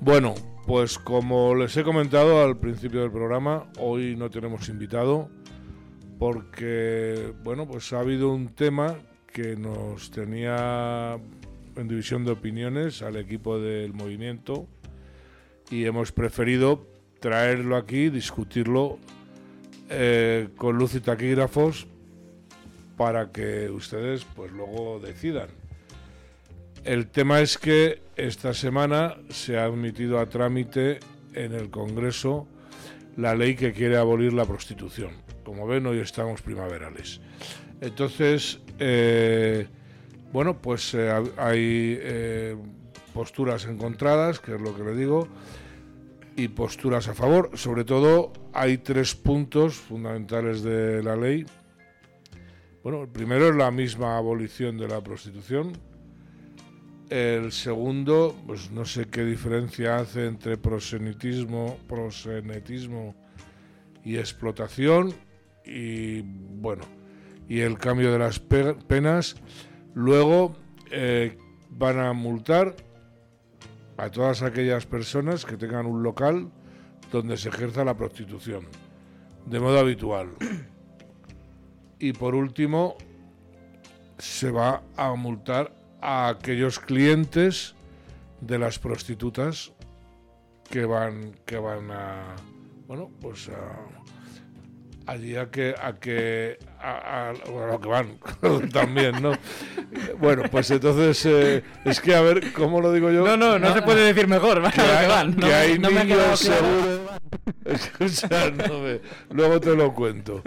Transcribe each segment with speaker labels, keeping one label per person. Speaker 1: Bueno, pues como les he comentado al principio del programa, hoy no tenemos invitado porque, bueno, pues ha habido un tema que nos tenía en división de opiniones al equipo del movimiento y hemos preferido traerlo aquí, discutirlo eh, con luz y taquígrafos para que ustedes pues luego decidan. El tema es que esta semana se ha admitido a trámite en el Congreso la ley que quiere abolir la prostitución. Como ven, hoy estamos primaverales. Entonces, eh, bueno, pues eh, hay eh, posturas encontradas, que es lo que le digo, y posturas a favor. Sobre todo, hay tres puntos fundamentales de la ley. Bueno, el primero es la misma abolición de la prostitución, el segundo, pues no sé qué diferencia hace entre prosenitismo, prosenetismo y explotación. Y bueno, y el cambio de las pe penas. Luego eh, van a multar a todas aquellas personas que tengan un local donde se ejerza la prostitución de modo habitual. Y por último, se va a multar a aquellos clientes de las prostitutas que van que van a bueno pues a, allí a que a que a, a, bueno, que van también no bueno pues entonces eh, es que a ver cómo lo digo yo
Speaker 2: No, no, no, se puede decir mejor, van a lo que van. No,
Speaker 1: que hay
Speaker 2: no me ha quedado
Speaker 1: niños
Speaker 2: claro.
Speaker 1: seguro. O sea, no me- Luego te lo cuento.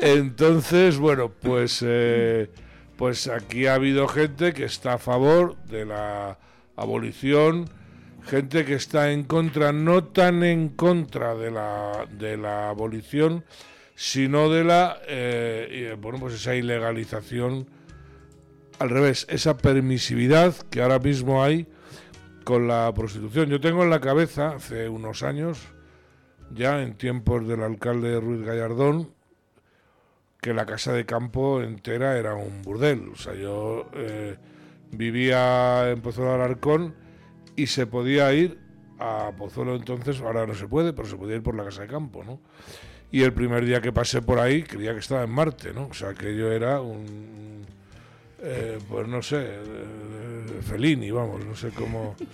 Speaker 1: Entonces, bueno, pues, eh, pues aquí ha habido gente que está a favor de la abolición, gente que está en contra, no tan en contra de la, de la abolición, sino de la, eh, eh, bueno, pues esa ilegalización, al revés, esa permisividad que ahora mismo hay con la prostitución. Yo tengo en la cabeza, hace unos años, ya en tiempos del alcalde Ruiz Gallardón, que la casa de campo entera era un burdel. O sea, yo eh, vivía en Pozuelo de Alarcón y se podía ir a Pozuelo entonces, ahora no se puede, pero se podía ir por la casa de campo, ¿no? Y el primer día que pasé por ahí creía que estaba en Marte, ¿no? O sea, que yo era un... eh, pues no sé, eh, Fellini, vamos, no sé cómo...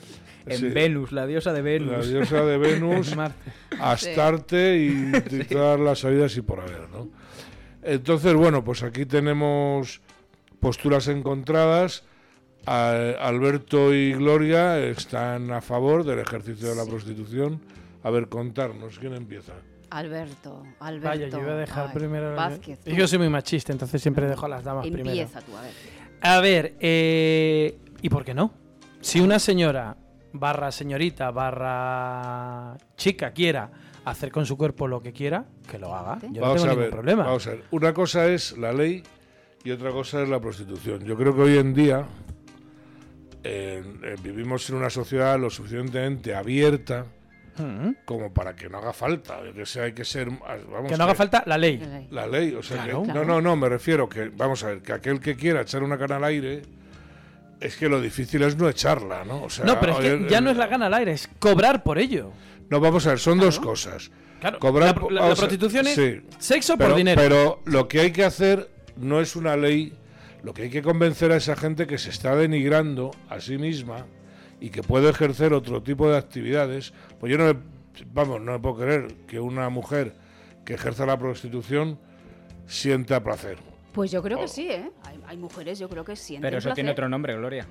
Speaker 2: En
Speaker 1: Sí.
Speaker 2: Venus, la diosa de Venus.
Speaker 1: La diosa de Venus,
Speaker 2: En Marte.
Speaker 1: Astarte y, y todas las salidas y por haber, ¿no? Entonces, bueno, pues aquí tenemos posturas encontradas. A- Alberto y Gloria están a favor del ejercicio de la prostitución. A ver, contarnos, ¿quién empieza?
Speaker 3: Alberto, Alberto.
Speaker 4: Vaya, yo iba a dejar
Speaker 3: Ay,
Speaker 4: primero.
Speaker 3: Vázquez. tú.
Speaker 4: Yo soy muy machista, entonces siempre dejo a las damas primero.
Speaker 3: Empieza tú, a ver.
Speaker 4: A ver, eh, ¿y por qué no? Si una señora, barra señorita, barra chica quiera hacer con su cuerpo lo que quiera, que lo haga. Yo no
Speaker 1: vamos
Speaker 4: tengo
Speaker 1: a
Speaker 4: ningún
Speaker 1: ver,
Speaker 4: problema.
Speaker 1: vamos a ver. Una cosa es la ley y otra cosa es la prostitución. Yo creo que hoy en día eh, eh, vivimos en una sociedad lo suficientemente abierta
Speaker 4: Mm.
Speaker 1: como para que no haga falta. Yo que sé, hay que ser. ah, vamos,
Speaker 4: Que no haga falta la ley.
Speaker 1: La ley, o sea,
Speaker 4: Claro.
Speaker 1: que, no,
Speaker 3: Claro.
Speaker 1: no, no, me refiero que, vamos a ver, que aquel que quiera echar una cana al aire, es que lo difícil es no echarla, ¿no? O sea,
Speaker 4: No, pero es
Speaker 1: oye, eh,
Speaker 4: que ya no es la gana al aire, es cobrar por ello.
Speaker 1: No, vamos a ver, son dos cosas.
Speaker 4: Claro,
Speaker 1: Cobrar
Speaker 4: la-
Speaker 1: por-
Speaker 4: la, la
Speaker 1: vamos a-
Speaker 4: prostitución es
Speaker 1: sí.
Speaker 4: sexo
Speaker 1: Pero,
Speaker 4: por dinero.
Speaker 1: pero lo que hay que hacer no es una ley, lo que hay que convencer a esa gente que se está denigrando a sí misma y que puede ejercer otro tipo de actividades. Pues yo no me, vamos, no me puedo creer que una mujer que ejerza la prostitución sienta placer.
Speaker 3: Pues yo creo que sí, ¿eh? Hay, hay mujeres, yo creo que sienten
Speaker 5: Pero eso tiene
Speaker 3: placer.
Speaker 5: otro nombre, Gloria.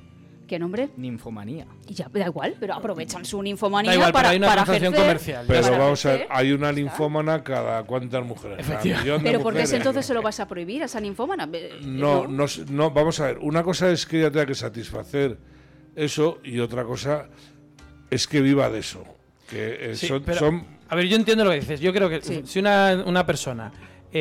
Speaker 3: ¿Qué nombre?
Speaker 5: Ninfomanía.
Speaker 3: Y ya, da igual, pero aprovechan su ninfomanía
Speaker 4: Da igual, pero
Speaker 3: para,
Speaker 4: hay una
Speaker 3: para ¿Eh?
Speaker 4: transacción
Speaker 3: ejercer-
Speaker 4: comercial.
Speaker 1: Pero
Speaker 3: para
Speaker 1: vamos a ver,
Speaker 3: ejercer.
Speaker 1: hay una ninfómana cada cuántas mujeres. Cada millón de
Speaker 3: Pero ¿por qué
Speaker 1: mujeres.
Speaker 3: ese entonces se lo vas a prohibir a esa ninfómana? Eh,
Speaker 1: No, no, s- no, vamos a ver. Una cosa es que ella tenga que satisfacer eso y otra cosa es que viva de eso. Que eh,
Speaker 4: Sí,
Speaker 1: son,
Speaker 4: pero-
Speaker 1: son-
Speaker 4: A ver, yo entiendo lo que dices. Yo creo que
Speaker 3: Sí.
Speaker 4: si una, una persona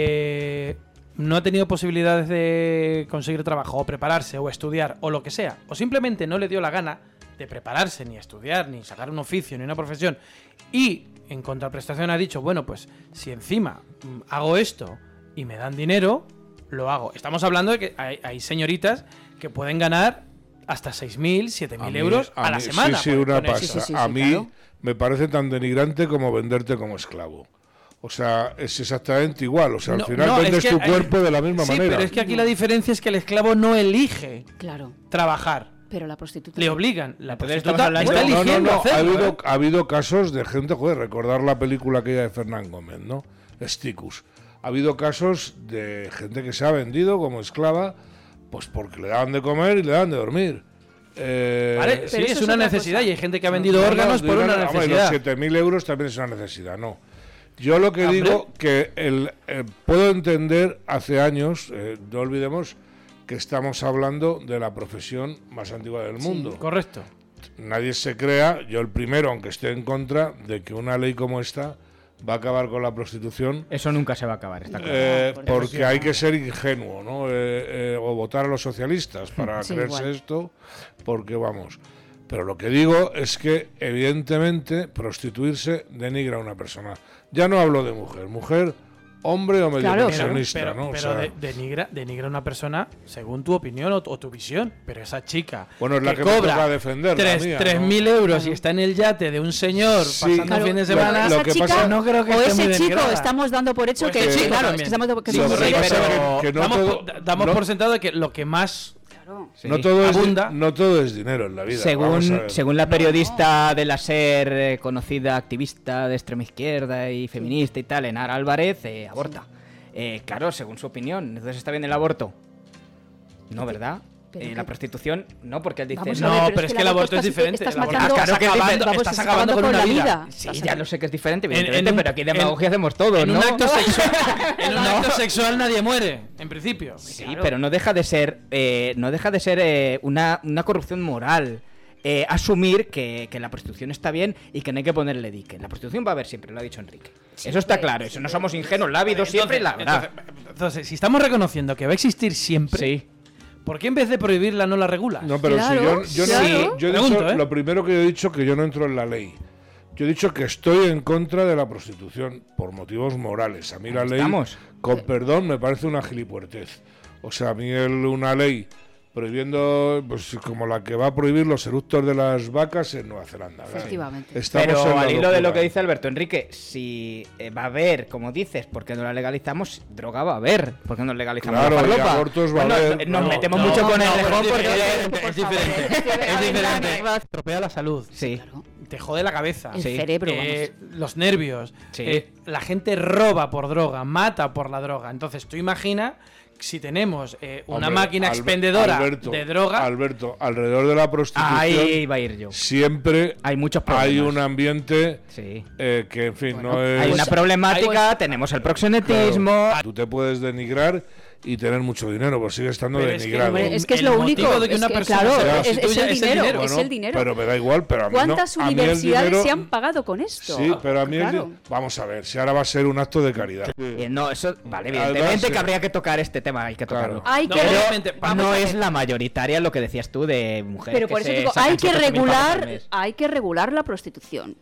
Speaker 4: eh, no ha tenido posibilidades de conseguir trabajo o prepararse o estudiar o lo que sea, o simplemente no le dio la gana de prepararse, ni estudiar, ni sacar un oficio, ni una profesión, y en contraprestación ha dicho, bueno, pues si encima mm, hago esto y me dan dinero, lo hago. Estamos hablando de que hay, hay señoritas que pueden ganar hasta 6.000, 7.000
Speaker 1: mí-
Speaker 4: euros a,
Speaker 1: a
Speaker 4: la
Speaker 1: mí-
Speaker 4: semana.
Speaker 1: Sí, sí,
Speaker 4: por
Speaker 1: una
Speaker 4: poner-
Speaker 1: pasta.
Speaker 3: sí, sí,
Speaker 1: a
Speaker 3: sí,
Speaker 1: mí
Speaker 3: claro.
Speaker 1: me parece tan denigrante como venderte como esclavo. O sea, es exactamente igual. O sea, al
Speaker 4: No,
Speaker 1: final
Speaker 4: no, es
Speaker 1: vendes
Speaker 4: que- eh,
Speaker 1: tu cuerpo de la misma
Speaker 4: sí,
Speaker 1: manera.
Speaker 4: Pero es que aquí la diferencia es que el esclavo no elige
Speaker 3: Claro,
Speaker 4: trabajar.
Speaker 3: pero la prostituta.
Speaker 4: Le obligan. La
Speaker 2: Entonces
Speaker 4: prostituta
Speaker 2: estamos hablando-
Speaker 4: está
Speaker 2: No, no,
Speaker 4: eligiendo
Speaker 1: ha,
Speaker 4: hacerlo,
Speaker 1: habido,
Speaker 4: ¿eh?
Speaker 1: ha habido casos de gente, joder, recordar la película aquella de Fernán Gómez, ¿no? Sticus. Ha habido casos de gente que se ha vendido como esclava, pues porque le daban de comer y le daban de dormir. Eh,
Speaker 4: Vale,
Speaker 3: Pero
Speaker 4: sí,
Speaker 3: eso
Speaker 4: es
Speaker 3: es
Speaker 4: una
Speaker 3: otra
Speaker 4: necesidad
Speaker 3: cosa.
Speaker 4: y hay gente que ha vendido
Speaker 1: no,
Speaker 4: órganos
Speaker 1: no,
Speaker 4: por
Speaker 1: digan,
Speaker 4: una
Speaker 1: hombre,
Speaker 4: necesidad.
Speaker 1: los 7.000 euros también es una necesidad, no. Yo lo que
Speaker 4: Hombre.
Speaker 1: digo que el, eh, puedo entender hace años, eh, no olvidemos que estamos hablando de la profesión más antigua del mundo
Speaker 4: Correcto.
Speaker 1: nadie se crea, yo el primero, aunque esté en contra, de que una ley como esta va a acabar con la prostitución.
Speaker 2: Eso nunca se va a acabar, está claro.
Speaker 1: eh,
Speaker 3: por
Speaker 1: porque
Speaker 3: eso.
Speaker 1: hay que ser ingenuo, ¿no? Eh, eh, o votar a los socialistas para
Speaker 3: Sí,
Speaker 1: creerse
Speaker 3: igual.
Speaker 1: esto, porque vamos. Pero lo que digo es que, evidentemente, prostituirse denigra a una persona. Ya no hablo de mujer, mujer, hombre o medio
Speaker 3: Claro.
Speaker 4: Pero,
Speaker 1: pensionista,
Speaker 4: pero-
Speaker 1: ¿no? O
Speaker 4: pero
Speaker 1: sea,
Speaker 4: de- denigra, denigra a una persona según tu opinión o, o tu visión. Pero esa chica
Speaker 1: Bueno, es la que me
Speaker 4: cobra
Speaker 1: toca defender, la
Speaker 4: tres-
Speaker 1: mía,
Speaker 4: 3.000 euros y está en el yate de un señor
Speaker 1: Sí.
Speaker 4: pasando
Speaker 1: Claro,
Speaker 4: un fin de
Speaker 1: lo-
Speaker 4: semana.
Speaker 1: lo-
Speaker 3: esa
Speaker 1: que
Speaker 3: chica
Speaker 1: pasa-
Speaker 4: No creo que
Speaker 3: o
Speaker 4: esté muy
Speaker 3: ese chico
Speaker 4: denigrada.
Speaker 3: estamos dando por hecho
Speaker 4: Pues
Speaker 3: que,
Speaker 4: este chico
Speaker 3: claro,
Speaker 4: también.
Speaker 3: es que estamos dando- que
Speaker 1: Sí,
Speaker 4: Lo
Speaker 3: somos
Speaker 4: que
Speaker 1: hombre,
Speaker 3: ricos,
Speaker 1: pasa
Speaker 4: pasa es
Speaker 1: que-
Speaker 3: pero-
Speaker 4: que
Speaker 1: que no
Speaker 4: damos,
Speaker 1: todo-
Speaker 4: por, damos
Speaker 1: no-
Speaker 4: por sentado que lo que más
Speaker 3: Claro.
Speaker 1: no, todo es,
Speaker 4: abunda.
Speaker 1: di- no todo es dinero en la vida. vamos a
Speaker 2: Según,
Speaker 1: ver.
Speaker 2: según la periodista de la SER, eh, conocida activista de extrema izquierda y feminista y tal, Enar Álvarez, eh, aborta. Eh, claro, según su opinión. Entonces está bien el aborto. No, ¿verdad?
Speaker 3: pero
Speaker 2: Eh,
Speaker 3: que-
Speaker 2: la prostitución, no, porque él dice.
Speaker 3: Vamos
Speaker 2: No,
Speaker 3: a ver,
Speaker 4: No, pero es que el aborto es
Speaker 3: estás-
Speaker 4: diferente,
Speaker 3: Estás
Speaker 4: el aborto-
Speaker 3: matando,
Speaker 4: Ah, claro que es diferente,
Speaker 3: vamos,
Speaker 4: estás acabando con una
Speaker 3: la
Speaker 4: vida.
Speaker 2: sí, ya lo sé que es diferente,
Speaker 4: En-
Speaker 2: evidentemente,
Speaker 4: en un-
Speaker 2: pero aquí
Speaker 4: en-
Speaker 2: demagogia hacemos todo,
Speaker 4: en
Speaker 2: ¿no?
Speaker 4: un acto sexual. en un
Speaker 2: No.
Speaker 4: acto sexual nadie muere, en principio.
Speaker 2: Sí, pero no deja de ser, eh, no deja de ser eh, una, una corrupción moral. eh, asumir que, que la prostitución está bien y que no hay que ponerle dique. La prostitución va a haber siempre, lo ha dicho Enrique. eso está claro, eso no somos ingenuos, la ha habido siempre y la
Speaker 4: entonces-
Speaker 2: habrá.
Speaker 4: entonces, si estamos reconociendo que va a existir siempre,
Speaker 2: Sí.
Speaker 4: ¿por qué en vez de prohibirla no la regulas?
Speaker 1: No, pero
Speaker 3: Claro,
Speaker 1: si yo, yo
Speaker 3: claro.
Speaker 1: no, yo he
Speaker 4: Pregunto,
Speaker 1: dicho-
Speaker 4: ¿eh?
Speaker 1: lo primero que yo he dicho que yo no entro en la ley. Yo he dicho que estoy en contra de la prostitución por motivos morales. A mí la
Speaker 2: Ahí
Speaker 1: ley,
Speaker 2: estamos.
Speaker 1: con perdón, me parece una gilipuertez. O sea, a mí el- una ley prohibiendo, pues como la que va a prohibir los eructos de las vacas en Nueva Zelanda. ¿verdad?
Speaker 3: Efectivamente.
Speaker 1: Estamos en
Speaker 2: pero
Speaker 1: la
Speaker 2: al hilo de lo
Speaker 1: locura.
Speaker 2: que dice Alberto Enrique, si eh, va a haber, como dices, porque no la legalizamos, droga va a haber, porque no legalizamos
Speaker 1: Claro,
Speaker 2: la
Speaker 1: y
Speaker 2: farlopa.
Speaker 1: abortos va a
Speaker 2: Bueno,
Speaker 1: haber,
Speaker 2: Nos
Speaker 1: no,
Speaker 2: metemos
Speaker 4: no,
Speaker 2: mucho con el
Speaker 4: no, pero
Speaker 2: rejón
Speaker 4: es
Speaker 2: porque...
Speaker 4: diferente, es diferente. Es diferente. Estropea la salud.
Speaker 2: Sí.
Speaker 3: Claro.
Speaker 4: Te jode la cabeza.
Speaker 3: El
Speaker 2: Sí.
Speaker 3: cerebro,
Speaker 4: Eh, los nervios.
Speaker 2: Sí.
Speaker 4: Eh, la gente roba por droga, mata por la droga. Entonces, tú imagina si tenemos eh, una
Speaker 1: Hombre,
Speaker 4: máquina
Speaker 1: Albe-
Speaker 4: expendedora
Speaker 1: Alberto,
Speaker 4: de droga.
Speaker 1: Alberto, alrededor de la prostitución
Speaker 2: Ahí va a ir yo.
Speaker 1: siempre
Speaker 2: Hay muchos problemas.
Speaker 1: hay un ambiente
Speaker 2: Sí.
Speaker 1: eh, que, en fin, no es...
Speaker 2: Hay una
Speaker 4: Pues,
Speaker 2: problemática, tenemos el proxenetismo.
Speaker 1: Tú te puedes denigrar y tener mucho dinero, pues sigue estando
Speaker 4: Pero es que,
Speaker 1: denigrado.
Speaker 4: hombre,
Speaker 3: Es que es
Speaker 4: El
Speaker 3: lo
Speaker 4: motivo
Speaker 3: único.
Speaker 4: de que
Speaker 3: es
Speaker 4: una
Speaker 3: que,
Speaker 4: persona
Speaker 3: claro,
Speaker 1: se
Speaker 3: es, es
Speaker 4: prostituya
Speaker 3: el dinero, es
Speaker 1: Bueno,
Speaker 3: el dinero.
Speaker 1: Pero me da igual, pero a mí no-
Speaker 3: ¿Cuántas
Speaker 1: a mí el
Speaker 3: universidades
Speaker 1: dinero-
Speaker 3: se han pagado con esto?
Speaker 1: Sí, pero a mí el di-
Speaker 3: Claro.
Speaker 1: Vamos a ver, si ahora va a ser un acto de caridad.
Speaker 2: Eh, No, eso, vale,
Speaker 1: Además,
Speaker 2: evidentemente
Speaker 1: eh,
Speaker 2: que habría que tocar este tema, hay que
Speaker 1: Claro.
Speaker 2: tocarlo.
Speaker 3: Hay
Speaker 4: No,
Speaker 3: que
Speaker 4: pero-
Speaker 2: Pero
Speaker 4: Vamos
Speaker 2: no
Speaker 4: a ver.
Speaker 2: es la mayoritaria lo que decías tú de mujeres.
Speaker 3: Pero por
Speaker 2: que
Speaker 3: eso
Speaker 2: se
Speaker 3: digo,
Speaker 2: sacan
Speaker 3: hay que
Speaker 2: 7.000 pavos al
Speaker 3: regular,
Speaker 2: mes.
Speaker 3: hay que regular la prostitución.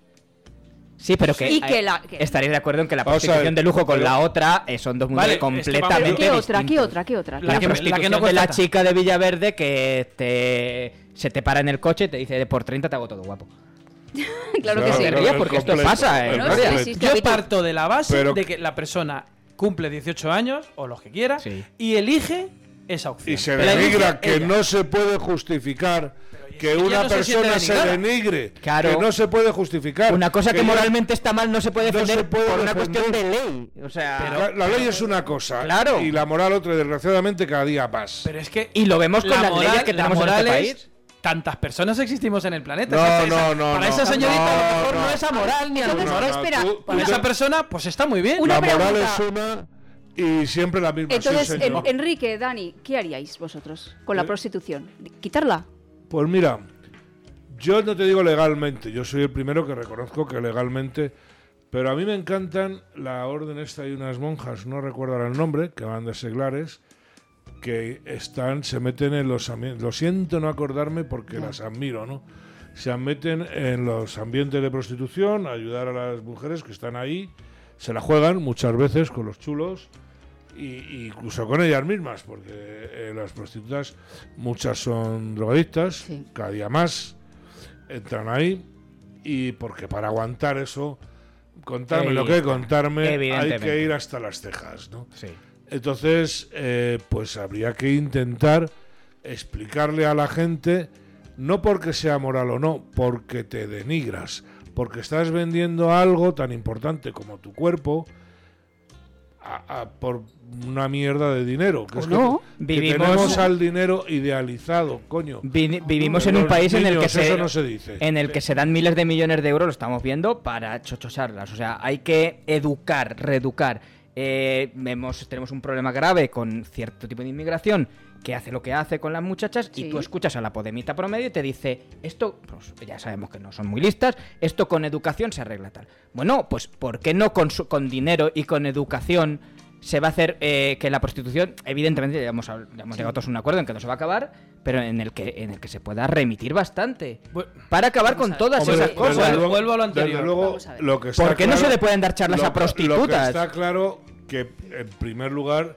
Speaker 2: Sí, pero que,
Speaker 3: y que
Speaker 2: eh,
Speaker 3: la- que-
Speaker 2: estaréis de acuerdo en que la
Speaker 1: Vamos a ver,
Speaker 2: prostitución de lujo con
Speaker 1: pero-
Speaker 2: la otra eh, son dos mundos
Speaker 4: Vale, es que vamos-
Speaker 2: completamente
Speaker 3: ¿Qué
Speaker 2: distintos.
Speaker 3: otra? ¿Qué otra? ¿Qué
Speaker 4: La
Speaker 3: otra?
Speaker 2: La,
Speaker 4: que- la que
Speaker 2: prostitución
Speaker 4: no
Speaker 2: de la
Speaker 4: contrata.
Speaker 2: chica de Villaverde que te, se te para en el coche y te dice por 30 te hago todo guapo.
Speaker 3: claro
Speaker 1: Claro,
Speaker 3: que sí.
Speaker 2: Te
Speaker 1: claro.
Speaker 2: ríes porque esto
Speaker 1: completo,
Speaker 2: pasa, eh,
Speaker 1: el
Speaker 3: No,
Speaker 2: Gloria.
Speaker 3: sí, sí, sí,
Speaker 4: Yo
Speaker 3: capítulo.
Speaker 4: parto de la base
Speaker 1: Pero-
Speaker 4: de que la persona cumple 18 años o los que quiera
Speaker 2: Sí.
Speaker 4: y elige esa opción.
Speaker 1: Y se
Speaker 4: La elige
Speaker 1: denigra que
Speaker 4: ella.
Speaker 1: no se puede justificar que
Speaker 4: ella
Speaker 1: una
Speaker 4: no se siente
Speaker 1: persona se,
Speaker 4: denigrada.
Speaker 1: denigre.
Speaker 2: Claro.
Speaker 1: Que no se puede justificar.
Speaker 2: Una cosa que,
Speaker 1: yo-
Speaker 2: moralmente está mal no se puede
Speaker 1: no
Speaker 2: defender
Speaker 1: se puede
Speaker 2: por una
Speaker 1: defender.
Speaker 2: cuestión de ley. O sea,
Speaker 1: la, la ley es una cosa
Speaker 2: Claro.
Speaker 1: y la moral otra, y desgraciadamente cada día más.
Speaker 4: Pero es que
Speaker 2: Y lo vemos con las leyes que
Speaker 4: la
Speaker 2: tenemos en este
Speaker 4: moral
Speaker 2: país.
Speaker 4: es Tantas personas existimos en el planeta.
Speaker 1: No,
Speaker 4: O sea, esa-
Speaker 1: no, no,
Speaker 4: Para
Speaker 1: no.
Speaker 4: esa señorita a lo mejor
Speaker 1: No,
Speaker 4: no,
Speaker 1: no.
Speaker 4: es amoral ni a lo
Speaker 3: Entonces,
Speaker 1: No,
Speaker 4: mejor.
Speaker 1: no,
Speaker 3: espera,
Speaker 1: tú-
Speaker 4: Para
Speaker 1: tú-
Speaker 4: esa persona, pues está muy bien.
Speaker 3: Una
Speaker 1: la moral
Speaker 3: pregunta.
Speaker 1: es una y siempre la misma. sí,
Speaker 3: Entonces, en-
Speaker 1: señor.
Speaker 3: Enrique, Dani, ¿qué haríais vosotros con la
Speaker 1: Eh.
Speaker 3: prostitución? ¿Quitarla?
Speaker 1: Pues mira, yo no te digo legalmente, yo soy el primero que reconozco que legalmente, pero a mí me encantan la orden esta y unas monjas, no recuerdo ahora el nombre, que van de seglares, que están, se meten en los ambientes, lo siento no acordarme porque las admiro, ¿no? Se meten en los ambientes de prostitución, a ayudar a las mujeres que están ahí, se la juegan muchas veces con los chulos y- incluso con ellas mismas, porque eh, las prostitutas, muchas son drogadictas,
Speaker 3: Sí.
Speaker 1: cada día más entran ahí, y porque para aguantar eso, contarme lo que hay que contarme, hay
Speaker 2: Evidentemente.
Speaker 1: que ir hasta las cejas, ¿no?
Speaker 2: Sí.
Speaker 1: Entonces, eh, pues habría que intentar explicarle a la gente, no porque sea moral o no, porque te denigras, porque estás vendiendo algo tan importante como tu cuerpo a- a- por una mierda de dinero. Que
Speaker 3: O
Speaker 1: es
Speaker 3: no.
Speaker 1: que, que
Speaker 2: Vivimos-
Speaker 1: tenemos al dinero idealizado, coño.
Speaker 2: Vi- vivimos en
Speaker 1: Los
Speaker 2: un país en el que
Speaker 1: niños, eso
Speaker 2: se,
Speaker 1: no se dice.
Speaker 2: en el que se dan miles de millones de euros, lo estamos viendo, para chochosarlas. O sea, hay que educar, reeducar. Eh, vemos, tenemos un problema grave con cierto tipo de inmigración que hace lo que hace con las muchachas y
Speaker 3: Sí.
Speaker 2: tú escuchas a la podemita promedio y te dice esto, pues ya sabemos que no son muy listas, esto con educación se arregla tal. Bueno, pues ¿por qué no con, su- con dinero y con educación se va a hacer eh, que la prostitución, evidentemente ya hemos, habl- ya hemos llegado todos a un acuerdo en que no se va a acabar, pero en el que, en el que se pueda remitir bastante?
Speaker 4: Bu-
Speaker 2: para acabar
Speaker 3: Vamos
Speaker 2: con
Speaker 3: a ver.
Speaker 2: todas
Speaker 1: Hombre,
Speaker 2: esas
Speaker 1: desde
Speaker 2: cosas.
Speaker 1: luego-
Speaker 4: Vuelvo a lo
Speaker 1: desde
Speaker 4: anterior.
Speaker 1: luego,
Speaker 3: Vamos a ver.
Speaker 1: lo que está
Speaker 2: ¿Por qué no
Speaker 1: claro-
Speaker 2: se le pueden dar charlas
Speaker 1: lo
Speaker 2: a
Speaker 1: que- Lo que
Speaker 2: prostitutas?
Speaker 1: está claro que en primer lugar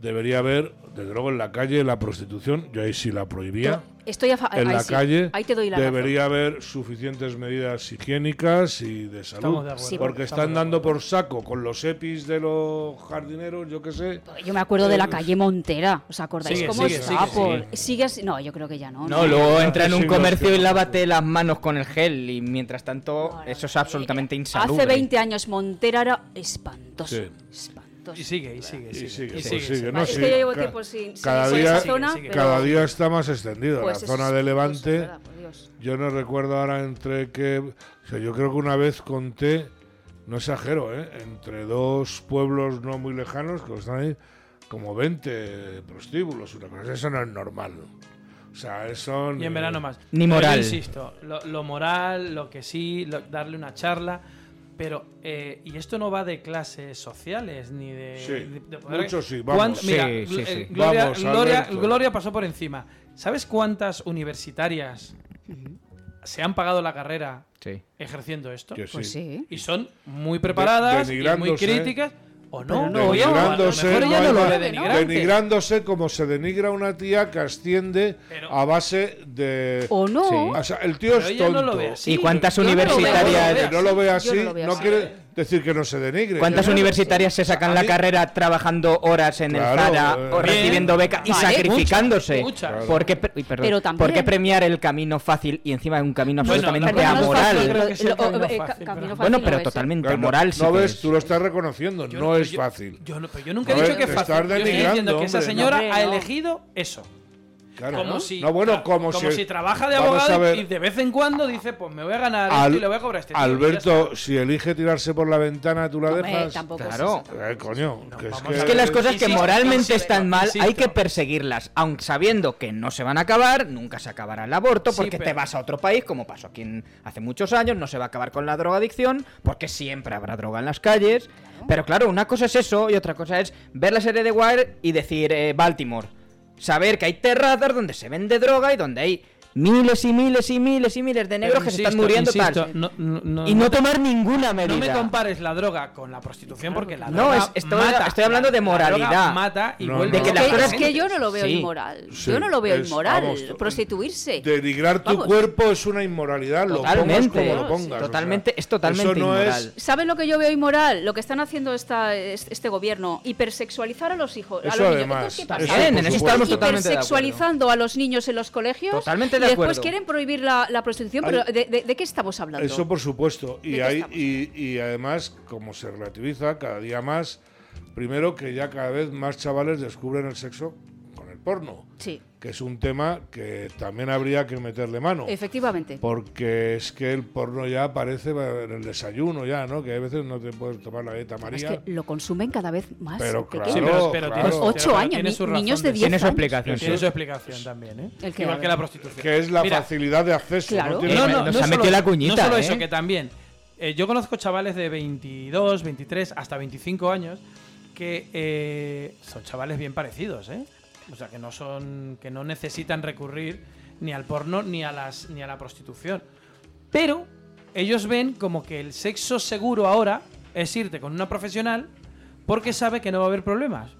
Speaker 1: debería haber, desde luego en la calle, la prostitución, yo ahí sí la prohibía.
Speaker 3: Estoy a fa-
Speaker 1: En
Speaker 3: ahí
Speaker 1: la
Speaker 3: sí,
Speaker 1: calle
Speaker 3: Ahí te doy la razón.
Speaker 1: debería haber suficientes medidas higiénicas y de salud.
Speaker 4: Estamos de acuerdo.
Speaker 3: Sí,
Speaker 1: porque
Speaker 4: estamos
Speaker 1: están
Speaker 4: de
Speaker 1: dando
Speaker 4: acuerdo.
Speaker 1: por saco con los EPIs de los jardineros, yo qué sé.
Speaker 3: Pues Yo me acuerdo de la calle Montera. ¿Os acordáis
Speaker 4: Sigue,
Speaker 3: cómo
Speaker 4: sigue, sigue,
Speaker 3: está? por-
Speaker 4: sigue.
Speaker 3: sigue así- No, yo creo que ya no.
Speaker 2: No, luego entra en un
Speaker 1: siglos que
Speaker 2: comercio y
Speaker 1: no.
Speaker 2: lávate las manos con el gel y mientras tanto
Speaker 3: No, no,
Speaker 2: eso es
Speaker 3: no,
Speaker 2: absolutamente
Speaker 3: eh,
Speaker 2: insalubre.
Speaker 3: Hace 20 años Montera era espantoso.
Speaker 1: Sí.
Speaker 3: Espantoso.
Speaker 4: Y sigue, y sigue, y
Speaker 1: Y
Speaker 4: sigue.
Speaker 1: sigue,
Speaker 4: y
Speaker 1: pues
Speaker 4: sigue,
Speaker 1: sigue,
Speaker 4: sigue.
Speaker 1: no,
Speaker 3: Ah, es
Speaker 1: sí,
Speaker 3: que yo llevo
Speaker 1: ca-
Speaker 3: tiempo sin, sin-
Speaker 1: cada
Speaker 3: sin esa
Speaker 1: día-
Speaker 3: zona.
Speaker 4: sigue, sigue.
Speaker 3: pero-
Speaker 1: Cada día está más extendido.
Speaker 3: pues
Speaker 1: la
Speaker 3: es
Speaker 1: zona de
Speaker 3: espantoso,
Speaker 1: Levante.
Speaker 3: ¿verdad? Por Dios.
Speaker 1: Yo no recuerdo ahora entre qué. o sea, yo creo que una vez conté, no exagero, ¿eh? entre dos pueblos no muy lejanos, que están ahí, como 20 prostíbulos, una cosa. Eso no es normal. O sea, eso.
Speaker 4: Y en verano más. Pero
Speaker 2: Ni
Speaker 4: yo
Speaker 2: moral.
Speaker 4: insisto, lo, lo moral, lo que sí, lo- darle una charla. Pero, eh, y esto no va de clases sociales ni de.
Speaker 1: Sí,
Speaker 4: de- de poder-
Speaker 1: mucho sí, vamos.
Speaker 4: ¿Cuán-
Speaker 2: Sí,
Speaker 4: Mira,
Speaker 2: sí,
Speaker 4: Gl-
Speaker 2: sí.
Speaker 4: eh, Gloria,
Speaker 1: Vamos,
Speaker 4: Gloria-
Speaker 1: Alberto.
Speaker 4: Gloria pasó por encima. ¿Sabes cuántas universitarias se han pagado la carrera
Speaker 2: Sí.
Speaker 4: ejerciendo esto?
Speaker 1: Yo sí.
Speaker 3: Pues sí.
Speaker 4: Y son muy preparadas, y muy
Speaker 1: denigrándose.
Speaker 4: críticas. O no,
Speaker 3: Pero no,
Speaker 4: o ya, o a lo
Speaker 1: Denigrándose,
Speaker 4: mejor ya no lo
Speaker 1: vaya,
Speaker 4: de
Speaker 3: denigrante.
Speaker 1: Denigrándose como se denigra una tía que asciende
Speaker 4: Pero-
Speaker 1: a base de.
Speaker 3: O no.
Speaker 2: Sí.
Speaker 1: O sea, el tío
Speaker 4: Pero
Speaker 1: es
Speaker 4: ella
Speaker 1: tonto.
Speaker 4: no lo ve así.
Speaker 2: ¿Y cuántas
Speaker 4: Yo no lo veo,
Speaker 2: universitarias-
Speaker 4: no lo
Speaker 1: Que
Speaker 4: veo
Speaker 1: no lo ve
Speaker 3: así.
Speaker 1: así,
Speaker 3: Yo no lo veo
Speaker 1: no
Speaker 3: así.
Speaker 1: quiere decir que no se denigre.
Speaker 2: ¿Cuántas
Speaker 1: Yo no-
Speaker 2: universitarias se sacan
Speaker 1: a
Speaker 2: la
Speaker 1: mí-
Speaker 2: carrera trabajando horas en
Speaker 1: Claro,
Speaker 2: el Zara
Speaker 1: eh,
Speaker 2: o
Speaker 1: Bien.
Speaker 2: recibiendo becas y
Speaker 3: Vale.
Speaker 2: sacrificándose?
Speaker 4: Muchas, muchas.
Speaker 2: ¿Por qué, pre- uy, perdón.
Speaker 3: Pero también-
Speaker 2: ¿Por qué premiar el camino fácil y encima un camino
Speaker 4: Bueno,
Speaker 2: absolutamente
Speaker 4: perdón, no es
Speaker 2: amoral?
Speaker 4: fácil, creo que
Speaker 3: Lo-
Speaker 4: es el
Speaker 3: lo-
Speaker 4: camino
Speaker 3: eh, ca-
Speaker 4: fácil,
Speaker 3: camino
Speaker 4: pero-
Speaker 3: fácil
Speaker 2: bueno,
Speaker 3: no
Speaker 2: pero
Speaker 3: es, ¿eh?
Speaker 2: totalmente
Speaker 1: Claro, no-
Speaker 2: amoral. sí
Speaker 1: No
Speaker 2: que
Speaker 1: ves,
Speaker 2: es.
Speaker 1: tú lo estás reconociendo,
Speaker 4: Yo
Speaker 1: no es
Speaker 4: yo-
Speaker 1: fácil.
Speaker 4: Yo, no- pero yo nunca he
Speaker 1: No,
Speaker 4: dicho
Speaker 1: eh,
Speaker 4: que es
Speaker 1: te
Speaker 4: fácil.
Speaker 1: estás
Speaker 4: Yo estoy diciendo
Speaker 1: denigrando,
Speaker 4: que esa
Speaker 1: hombre,
Speaker 4: señora
Speaker 3: no.
Speaker 4: ha
Speaker 3: No.
Speaker 4: elegido eso.
Speaker 1: Claro.
Speaker 4: Como si,
Speaker 1: no, bueno,
Speaker 4: claro,
Speaker 1: como, si,
Speaker 4: trabaja de
Speaker 1: vamos a
Speaker 4: abogado
Speaker 1: ver,
Speaker 4: y de vez en cuando dice, pues me voy a ganar
Speaker 1: Al-
Speaker 4: esto y le voy a cobrar este tío, y ya está.
Speaker 1: Alberto, si elige tirarse por la ventana, tú la
Speaker 3: Hombre,
Speaker 1: dejas.
Speaker 3: tampoco es
Speaker 2: Claro.
Speaker 3: eso.
Speaker 1: Eh, coño, que es,
Speaker 4: vamos
Speaker 1: que,
Speaker 4: a
Speaker 2: Es que las cosas que
Speaker 4: Insisto,
Speaker 2: moralmente
Speaker 4: insisto,
Speaker 2: están mal hay
Speaker 4: insisto.
Speaker 2: que perseguirlas, aun sabiendo que no se van a acabar, nunca se acabará el aborto,
Speaker 4: Sí,
Speaker 2: porque te
Speaker 4: pero-
Speaker 2: vas a otro país, como pasó aquí en- hace muchos años, no se va a acabar con la drogadicción, porque siempre habrá droga en las calles. Pero claro, una cosa es eso y otra cosa es ver la serie de Wire y decir eh, Baltimore. Saber que hay terrazas donde se vende droga y donde hay miles y miles y miles y miles de negros
Speaker 4: Pero
Speaker 2: que se
Speaker 4: insisto,
Speaker 2: están muriendo
Speaker 4: insisto,
Speaker 2: tal.
Speaker 4: No, no- no-
Speaker 2: y no tomar ninguna
Speaker 4: no me
Speaker 2: medida.
Speaker 4: compares la droga con la prostitución porque la
Speaker 2: No,
Speaker 4: droga
Speaker 2: es- estoy-
Speaker 4: mata.
Speaker 2: estoy hablando de
Speaker 4: La droga
Speaker 2: moralidad.
Speaker 4: mata y
Speaker 1: No, no,
Speaker 4: vuelve a
Speaker 2: de que
Speaker 3: Es
Speaker 2: las
Speaker 4: matar
Speaker 3: que-
Speaker 2: cosas-
Speaker 4: a
Speaker 3: es
Speaker 4: gente.
Speaker 3: que yo no lo veo
Speaker 2: Sí.
Speaker 3: inmoral.
Speaker 1: Sí,
Speaker 3: yo no lo veo
Speaker 1: es-
Speaker 3: inmoral.
Speaker 1: vamos, to-
Speaker 3: prostituirse.
Speaker 1: denigrar tu
Speaker 3: Vamos.
Speaker 1: cuerto es una inmoralidad, lo
Speaker 2: Totalmente,
Speaker 1: pongas como lo pongas.
Speaker 2: totalmente-
Speaker 1: o sea,
Speaker 2: es totalmente
Speaker 1: eso no
Speaker 2: inmoral.
Speaker 1: Es,
Speaker 3: ¿Saben lo que yo veo inmoral? Lo que están haciendo esta, es- este gobierno, hipersexualizar a los hijos.
Speaker 1: Eso
Speaker 3: a los
Speaker 1: además,
Speaker 3: Niños. ¿Qué pasa?
Speaker 1: eso
Speaker 2: Bien,
Speaker 1: por
Speaker 2: en eso
Speaker 1: supuesto.
Speaker 2: estamos totalmente de acuerdo.
Speaker 3: hipersexualizando a los niños en los colegios. y
Speaker 2: Totalmente de
Speaker 3: después
Speaker 2: acuerdo.
Speaker 3: quieren prohibir la, la prostitución, pero
Speaker 1: Hay-
Speaker 3: ¿de, de, de qué estamos hablando?
Speaker 1: Eso por supuesto. Y,
Speaker 3: qué
Speaker 1: hay,
Speaker 3: estamos
Speaker 1: y, y además, como se relativiza cada día más, primero que ya cada vez más chavales descubren el sexo con el porno,
Speaker 3: Sí,
Speaker 1: que es un tema que también habría que meterle mano.
Speaker 3: efectivamente.
Speaker 1: Porque es que el porno ya aparece en el desayuno ya, ¿no? Que a veces no te puedes tomar la dieta María.
Speaker 3: Es que lo consumen cada vez más.
Speaker 1: Pero
Speaker 3: ¿Qué- qué?
Speaker 1: claro,
Speaker 4: Sí, pero- pero
Speaker 1: claro.
Speaker 4: tienes-
Speaker 3: Ocho
Speaker 4: pero
Speaker 3: años,
Speaker 4: tiene
Speaker 3: ni-
Speaker 4: su
Speaker 3: niños
Speaker 4: razón
Speaker 3: de diez
Speaker 2: Tiene su
Speaker 3: años.
Speaker 2: explicación.
Speaker 4: Tiene
Speaker 2: sí.
Speaker 4: su explicación también, ¿eh?
Speaker 3: El que
Speaker 4: Igual
Speaker 3: da-
Speaker 4: que la prostitución.
Speaker 1: Que es la
Speaker 4: Mira,
Speaker 1: facilidad de acceso.
Speaker 3: Claro.
Speaker 1: ¿no?
Speaker 2: Eh,
Speaker 1: Tienes-
Speaker 4: No,
Speaker 2: me-
Speaker 4: no,
Speaker 2: nos
Speaker 4: no
Speaker 2: ha
Speaker 4: solo
Speaker 2: metido la
Speaker 4: eso,
Speaker 2: cuñita,
Speaker 4: No solo
Speaker 2: ¿eh?
Speaker 4: eso, que también. eh, yo conozco chavales de 22, 23, hasta 25 años que eh, son chavales bien parecidos, ¿eh? O sea, que no son que no necesitan recurrir ni al porno ni a las ni a la prostitución. Pero ellos ven como que el sexo seguro ahora es irte con una profesional porque sabe que no va a haber problemas.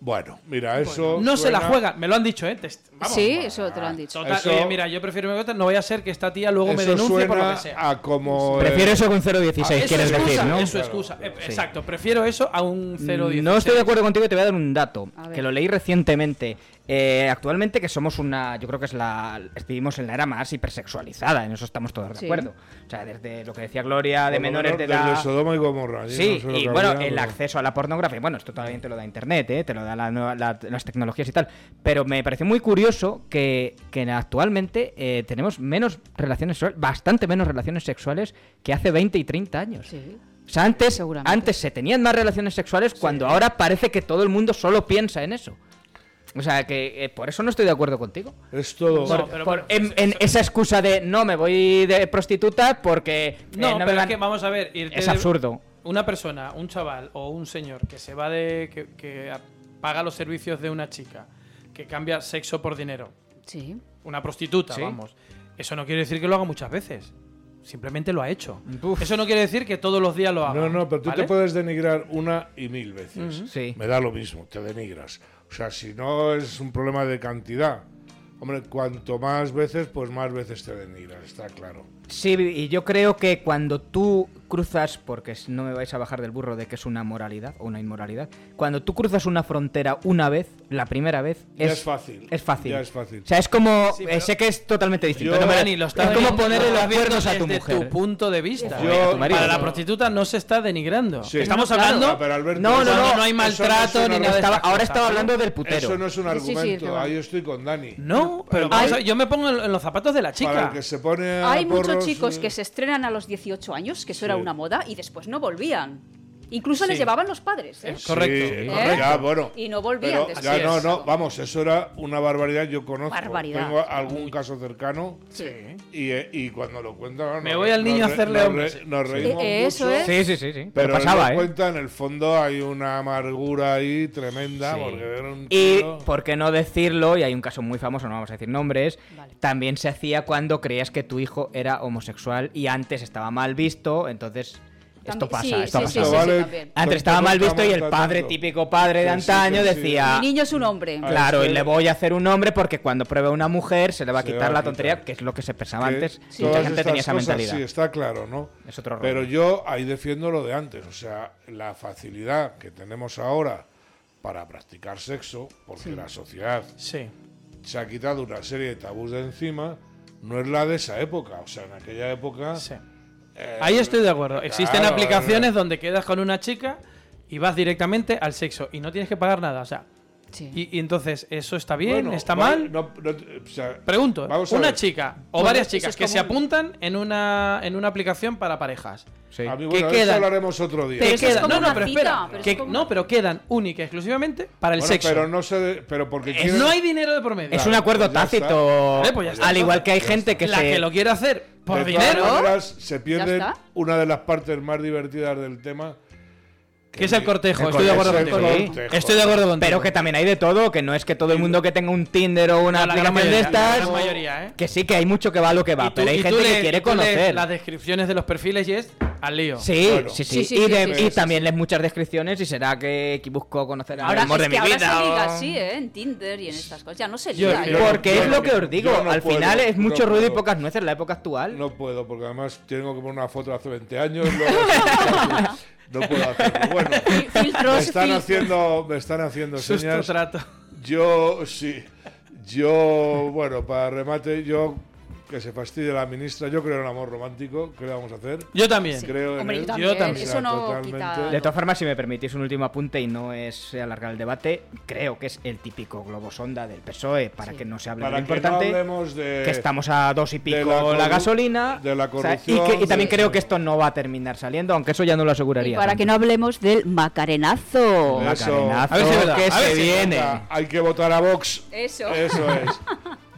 Speaker 1: Bueno, mira, eso.
Speaker 4: No se la
Speaker 1: Oh, suena-
Speaker 4: juega, me lo han dicho, ¿eh? Test- vamos.
Speaker 3: sí, eso te lo han dicho.
Speaker 4: Total,
Speaker 1: Eso-
Speaker 4: oye, mira, yo prefiero mi no vaya a ser que esta tía luego me
Speaker 1: eso
Speaker 4: denuncie por lo
Speaker 1: suena
Speaker 4: que sea.
Speaker 1: a como. eh,
Speaker 2: Prefiero eso con
Speaker 4: Ah, Es
Speaker 2: 0.16,
Speaker 4: su
Speaker 2: quieres
Speaker 4: excusa,
Speaker 2: decir, ¿no?
Speaker 4: Pues,
Speaker 2: Mm,
Speaker 4: Es su excusa. Eh, Exacto, prefiero eso a un 0,10.
Speaker 2: No estoy de acuerdo contigo y te voy a dar un dato
Speaker 3: A ver.
Speaker 2: que lo leí recientemente. Eh, actualmente que somos una, yo creo que es la, vivimos en la era más hipersexualizada, en eso estamos todos de
Speaker 3: Sí.
Speaker 2: acuerdo. O sea, desde lo que decía Gloria,
Speaker 1: por
Speaker 2: de
Speaker 1: lo
Speaker 2: menores
Speaker 1: menos
Speaker 2: de
Speaker 1: desde
Speaker 2: edad.
Speaker 1: Sodoma y Gomorra. allí
Speaker 2: Sí,
Speaker 1: no sé lo
Speaker 2: y
Speaker 1: que
Speaker 2: bueno,
Speaker 1: habría,
Speaker 2: el
Speaker 1: pero-
Speaker 2: acceso a la pornografía, bueno, esto todavía te lo da Internet, ¿eh? te lo da la nueva- la- las tecnologías y tal, pero me pareció muy curioso que, que actualmente eh, tenemos menos relaciones sexuales, bastante menos relaciones sexuales que hace 20 y 30 años.
Speaker 3: Sí.
Speaker 2: O sea, antes,
Speaker 3: Seguramente.
Speaker 2: antes se tenían más relaciones sexuales cuando ahora parece que todo el mundo solo piensa en eso. O sea, que eh, por eso no estoy de acuerdo contigo.
Speaker 1: Es todo.
Speaker 4: No, pero bueno,
Speaker 2: En, en esa excusa de no me voy de prostituta porque eh,
Speaker 4: No,
Speaker 2: me
Speaker 4: pero es
Speaker 2: van-
Speaker 4: que vamos eh, a ver. irte
Speaker 2: es
Speaker 4: de-
Speaker 2: absurdo.
Speaker 4: Una persona, un chaval o un señor que se va de. que, que a- paga los servicios de una chica, que cambia sexo por dinero,
Speaker 3: Sí.
Speaker 4: una prostituta,
Speaker 2: Sí.
Speaker 4: vamos. Eso no quiere decir que lo haga muchas veces. Simplemente lo ha hecho.
Speaker 2: Uf.
Speaker 4: Eso no quiere decir que todos los días lo haga.
Speaker 1: No, no, pero tú
Speaker 4: ¿vale?
Speaker 1: te puedes denigrar una y mil veces.
Speaker 2: Sí.
Speaker 1: Me da lo mismo, te denigras. O sea, si no es un problema de cantidad. Hombre, cuanto más veces, pues más veces te denigras, está claro.
Speaker 2: Sí, y yo creo que cuando tú cruzas, porque si no me vais a bajar del burro de que es una moralidad o una inmoralidad, cuando tú cruzas una frontera una vez, la primera vez,
Speaker 1: Ya
Speaker 2: es,
Speaker 1: es fácil,
Speaker 2: Es fácil.
Speaker 1: ya es fácil.
Speaker 2: O sea, es como.
Speaker 4: Sí,
Speaker 2: eh,
Speaker 4: pero-
Speaker 2: sé que es totalmente distinto.
Speaker 1: Yo-
Speaker 2: no me-
Speaker 4: Dani, lo estás
Speaker 2: es como
Speaker 4: viendo-
Speaker 2: ponerle
Speaker 4: lo
Speaker 2: los
Speaker 4: estás viendo
Speaker 2: cuernos a tu
Speaker 4: desde
Speaker 2: mujer.
Speaker 4: tu punto de vista. eh,
Speaker 1: Yo- A tu marido.
Speaker 4: para la
Speaker 1: no.
Speaker 4: prostituta no se está denigrando.
Speaker 1: Sí.
Speaker 4: Estamos
Speaker 1: No, claro.
Speaker 4: hablando.
Speaker 1: Ah, pero Alberto,
Speaker 4: no, no,
Speaker 1: eso
Speaker 4: no,
Speaker 1: no-
Speaker 4: no hay
Speaker 1: eso no es
Speaker 4: maltrato
Speaker 1: una
Speaker 4: ni nada. de
Speaker 2: Estaba-
Speaker 4: estas
Speaker 2: ahora
Speaker 4: cosas,
Speaker 2: estaba hablando del
Speaker 1: Eso no
Speaker 2: putero.
Speaker 1: es un
Speaker 3: Sí, sí, sí,
Speaker 1: argumento,
Speaker 3: es verdad.
Speaker 1: ahí estoy con Dani.
Speaker 4: No, pero vamos a ver, yo me pongo en en los zapatos de la
Speaker 1: Para el
Speaker 4: chica.
Speaker 1: que se pone a
Speaker 3: Hay muchos
Speaker 1: porros,
Speaker 3: chicos
Speaker 1: eh,
Speaker 3: que se estrenan a los 18 años, que eso era
Speaker 1: Sí.
Speaker 3: una moda, y después no volvían. Incluso les
Speaker 4: Sí.
Speaker 3: llevaban los padres. ¿eh?
Speaker 4: Es correcto,
Speaker 1: Sí,
Speaker 3: correcto.
Speaker 1: Ya, bueno.
Speaker 3: Y no volvían
Speaker 1: Pero
Speaker 3: después.
Speaker 1: ya
Speaker 4: Así
Speaker 1: no,
Speaker 4: es.
Speaker 1: no, vamos, eso era una barbaridad, yo conozco.
Speaker 3: Barbaridad.
Speaker 1: Tengo algún caso cercano
Speaker 3: Sí.
Speaker 1: y, eh, y cuando lo cuentan... nos
Speaker 4: Me
Speaker 1: re-
Speaker 4: voy al
Speaker 1: nos
Speaker 4: niño a
Speaker 1: re-
Speaker 4: hacerle
Speaker 1: nos
Speaker 4: hombre,
Speaker 1: re-
Speaker 4: sí.
Speaker 1: Nos reímos
Speaker 3: Eh, eso
Speaker 1: mucho,
Speaker 3: es.
Speaker 2: Sí, sí, sí, sí.
Speaker 1: Pero
Speaker 2: Pero pasaba,
Speaker 1: en
Speaker 2: ¿eh?
Speaker 1: la cuenta, en el fondo, hay una amargura ahí tremenda
Speaker 2: Sí.
Speaker 1: porque era un
Speaker 2: Y,
Speaker 1: tío-
Speaker 2: ¿por qué no decirlo? Y hay un caso muy famoso, no vamos a decir nombres.
Speaker 3: Vale.
Speaker 2: También se hacía cuando creías que tu hijo era homosexual y antes estaba mal visto, entonces. Esto
Speaker 3: También-
Speaker 2: pasa,
Speaker 3: sí,
Speaker 2: esto
Speaker 3: sí,
Speaker 2: pasa.
Speaker 1: Esto
Speaker 3: sí,
Speaker 1: vale
Speaker 3: también.
Speaker 2: Antes estaba mal visto y el padre,
Speaker 1: tratando.
Speaker 2: típico padre de
Speaker 1: Que sí, que
Speaker 2: antaño,
Speaker 1: sí.
Speaker 2: decía.
Speaker 3: Mi niño es un hombre.
Speaker 1: Ah,
Speaker 2: Claro,
Speaker 1: sí.
Speaker 2: y le voy a hacer un hombre porque cuando pruebe una mujer se le va a
Speaker 1: Se
Speaker 2: quitar
Speaker 1: va a
Speaker 2: la
Speaker 1: quitar.
Speaker 2: tontería, que es lo que se pensaba
Speaker 1: que
Speaker 2: antes.
Speaker 1: todas
Speaker 2: Mucha gente
Speaker 1: estas
Speaker 2: tenía esa
Speaker 1: cosas,
Speaker 2: mentalidad.
Speaker 1: Sí, está claro, ¿no?
Speaker 2: Es otro rollo.
Speaker 1: Pero yo ahí defiendo lo de antes, o sea, la facilidad que tenemos ahora para practicar sexo, porque la sociedad
Speaker 4: Sí.
Speaker 1: se ha quitado una serie de tabús de encima, no es la de esa época, o sea, en aquella época...
Speaker 4: Sí.
Speaker 1: eh,
Speaker 4: Ahí estoy de acuerdo. Existen
Speaker 1: claro,
Speaker 4: aplicaciones donde quedas con una chica y vas directamente al sexo y no tienes que pagar nada. O sea,
Speaker 3: Sí.
Speaker 4: y, y entonces, ¿eso está bien?
Speaker 1: bueno,
Speaker 4: ¿Está
Speaker 1: vale,
Speaker 4: mal?
Speaker 1: no- no- o sea,
Speaker 4: Pregunto, ¿eh?
Speaker 1: Vamos a
Speaker 4: una
Speaker 1: ver.
Speaker 4: chica o
Speaker 3: Bueno,
Speaker 4: varias
Speaker 3: eso es
Speaker 4: chicas que se
Speaker 3: común.
Speaker 4: apuntan en una, en una aplicación para parejas.
Speaker 2: Sí.
Speaker 1: a mí,
Speaker 4: ¿Qué
Speaker 1: bueno, de eso
Speaker 4: queda?
Speaker 1: hablaremos otro día.
Speaker 4: Que
Speaker 3: Pero eso es
Speaker 4: quedan-
Speaker 3: como
Speaker 4: no, no,
Speaker 3: una
Speaker 4: pero
Speaker 3: cita,
Speaker 4: espera.
Speaker 3: pero eso
Speaker 4: que-
Speaker 3: es como
Speaker 4: no,
Speaker 3: una-
Speaker 4: pero quedan única y exclusivamente para el
Speaker 1: Bueno,
Speaker 4: sexo.
Speaker 1: pero no se... de- pero porque
Speaker 4: Es-
Speaker 1: quieren-
Speaker 4: no hay dinero de promedio.
Speaker 2: Es
Speaker 1: Claro,
Speaker 2: un acuerdo
Speaker 1: pues ya
Speaker 2: tácito.
Speaker 4: está. Eh, pues ya está.
Speaker 2: al igual que hay gente que
Speaker 4: la
Speaker 2: se.
Speaker 4: que lo quiere hacer por
Speaker 1: de todas
Speaker 4: dinero,
Speaker 1: maneras, se pierde
Speaker 3: está.
Speaker 1: una de las partes más divertidas del tema.
Speaker 4: que es el cortejo.
Speaker 1: El
Speaker 4: Estoy de acuerdo
Speaker 1: cortejo,
Speaker 4: contigo.
Speaker 1: el cortejo.
Speaker 4: Estoy de acuerdo contigo.
Speaker 2: Pero que también hay de todo, que no es que todo el mundo que tenga un Tinder o una
Speaker 4: No, la gran
Speaker 2: aplicación de
Speaker 4: mayoría, la
Speaker 2: estas.
Speaker 4: gran mayoría, ¿eh?
Speaker 2: Que sí, que hay mucho que va a lo que
Speaker 4: Y
Speaker 2: va,
Speaker 4: tú-
Speaker 2: pero hay
Speaker 4: y tú
Speaker 2: gente que
Speaker 4: lees-
Speaker 2: quiere
Speaker 4: tú lees
Speaker 2: conocer.
Speaker 4: Las descripciones de los perfiles y es al lío.
Speaker 2: Sí,
Speaker 1: Claro.
Speaker 2: sí, sí,
Speaker 3: Sí, sí,
Speaker 2: Y,
Speaker 3: sí,
Speaker 2: de-
Speaker 3: sí,
Speaker 2: y
Speaker 3: sí, sí,
Speaker 2: también lees muchas descripciones y será que busco conocer al
Speaker 3: Ahora,
Speaker 2: amor
Speaker 3: es
Speaker 2: de
Speaker 3: que
Speaker 2: mi
Speaker 3: ahora
Speaker 2: vida.
Speaker 3: se liga
Speaker 2: o-
Speaker 3: así, ¿eh? En Tinder y en estas cosas. Ya no se
Speaker 4: Yo-
Speaker 3: liga.
Speaker 4: yo-
Speaker 3: ¿eh?
Speaker 2: Porque
Speaker 1: yo
Speaker 2: es
Speaker 1: no-
Speaker 2: lo que os digo,
Speaker 1: yo no
Speaker 2: al
Speaker 1: puedo,
Speaker 2: final es
Speaker 1: no
Speaker 2: mucho ruido y
Speaker 1: puedo.
Speaker 2: pocas nueces la época actual.
Speaker 1: No puedo, porque además tengo que poner una foto de hace 20 años. luego- no puedo hacerlo. Bueno,
Speaker 3: Fil- filtros,
Speaker 1: me están
Speaker 3: filtros.
Speaker 1: haciendo, me están haciendo
Speaker 4: Susto
Speaker 1: señas.
Speaker 4: trato.
Speaker 1: Yo, sí. Yo, bueno, para remate, yo que se fastidie la ministra. Yo creo en el amor romántico. ¿Qué le vamos a hacer?
Speaker 4: Yo también.
Speaker 1: Creo en
Speaker 3: Hombre,
Speaker 1: él.
Speaker 3: yo también.
Speaker 4: Yo también.
Speaker 3: Eso no
Speaker 1: Totalmente.
Speaker 3: quita.
Speaker 2: De todas formas, si me permitís un último apunte y no es alargar el debate, creo que es el típico globo sonda del PSOE E, para
Speaker 3: Sí.
Speaker 2: que no se hable de
Speaker 1: Para
Speaker 2: lo
Speaker 1: que
Speaker 2: importante.
Speaker 1: no hablemos de.
Speaker 2: que estamos a dos y pico
Speaker 1: de la
Speaker 2: la,
Speaker 1: corru-
Speaker 2: gasolina.
Speaker 1: de la
Speaker 2: o sea, y que- y,
Speaker 1: corrupción,
Speaker 2: también
Speaker 1: de-
Speaker 2: creo que esto no va a terminar saliendo, aunque eso ya no lo aseguraría.
Speaker 3: Y para que no hablemos del
Speaker 1: Eso.
Speaker 3: macarenazo.
Speaker 2: Macarenazo,
Speaker 4: A ver si es verdad,
Speaker 2: que
Speaker 4: a ver
Speaker 2: se
Speaker 4: si es
Speaker 2: viene.
Speaker 1: Venga, Hay que votar a Vox.
Speaker 3: Eso.
Speaker 1: Eso es.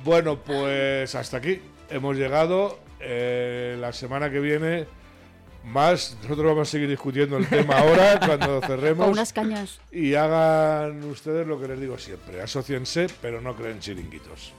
Speaker 1: Bueno, pues hasta aquí. Hemos llegado. Eh, la semana que viene, más. Nosotros vamos a seguir discutiendo el tema ahora, cuando cerremos.
Speaker 3: Con unas cañas.
Speaker 1: Y hagan ustedes lo que les digo siempre. Asociense, pero no creen chiringuitos.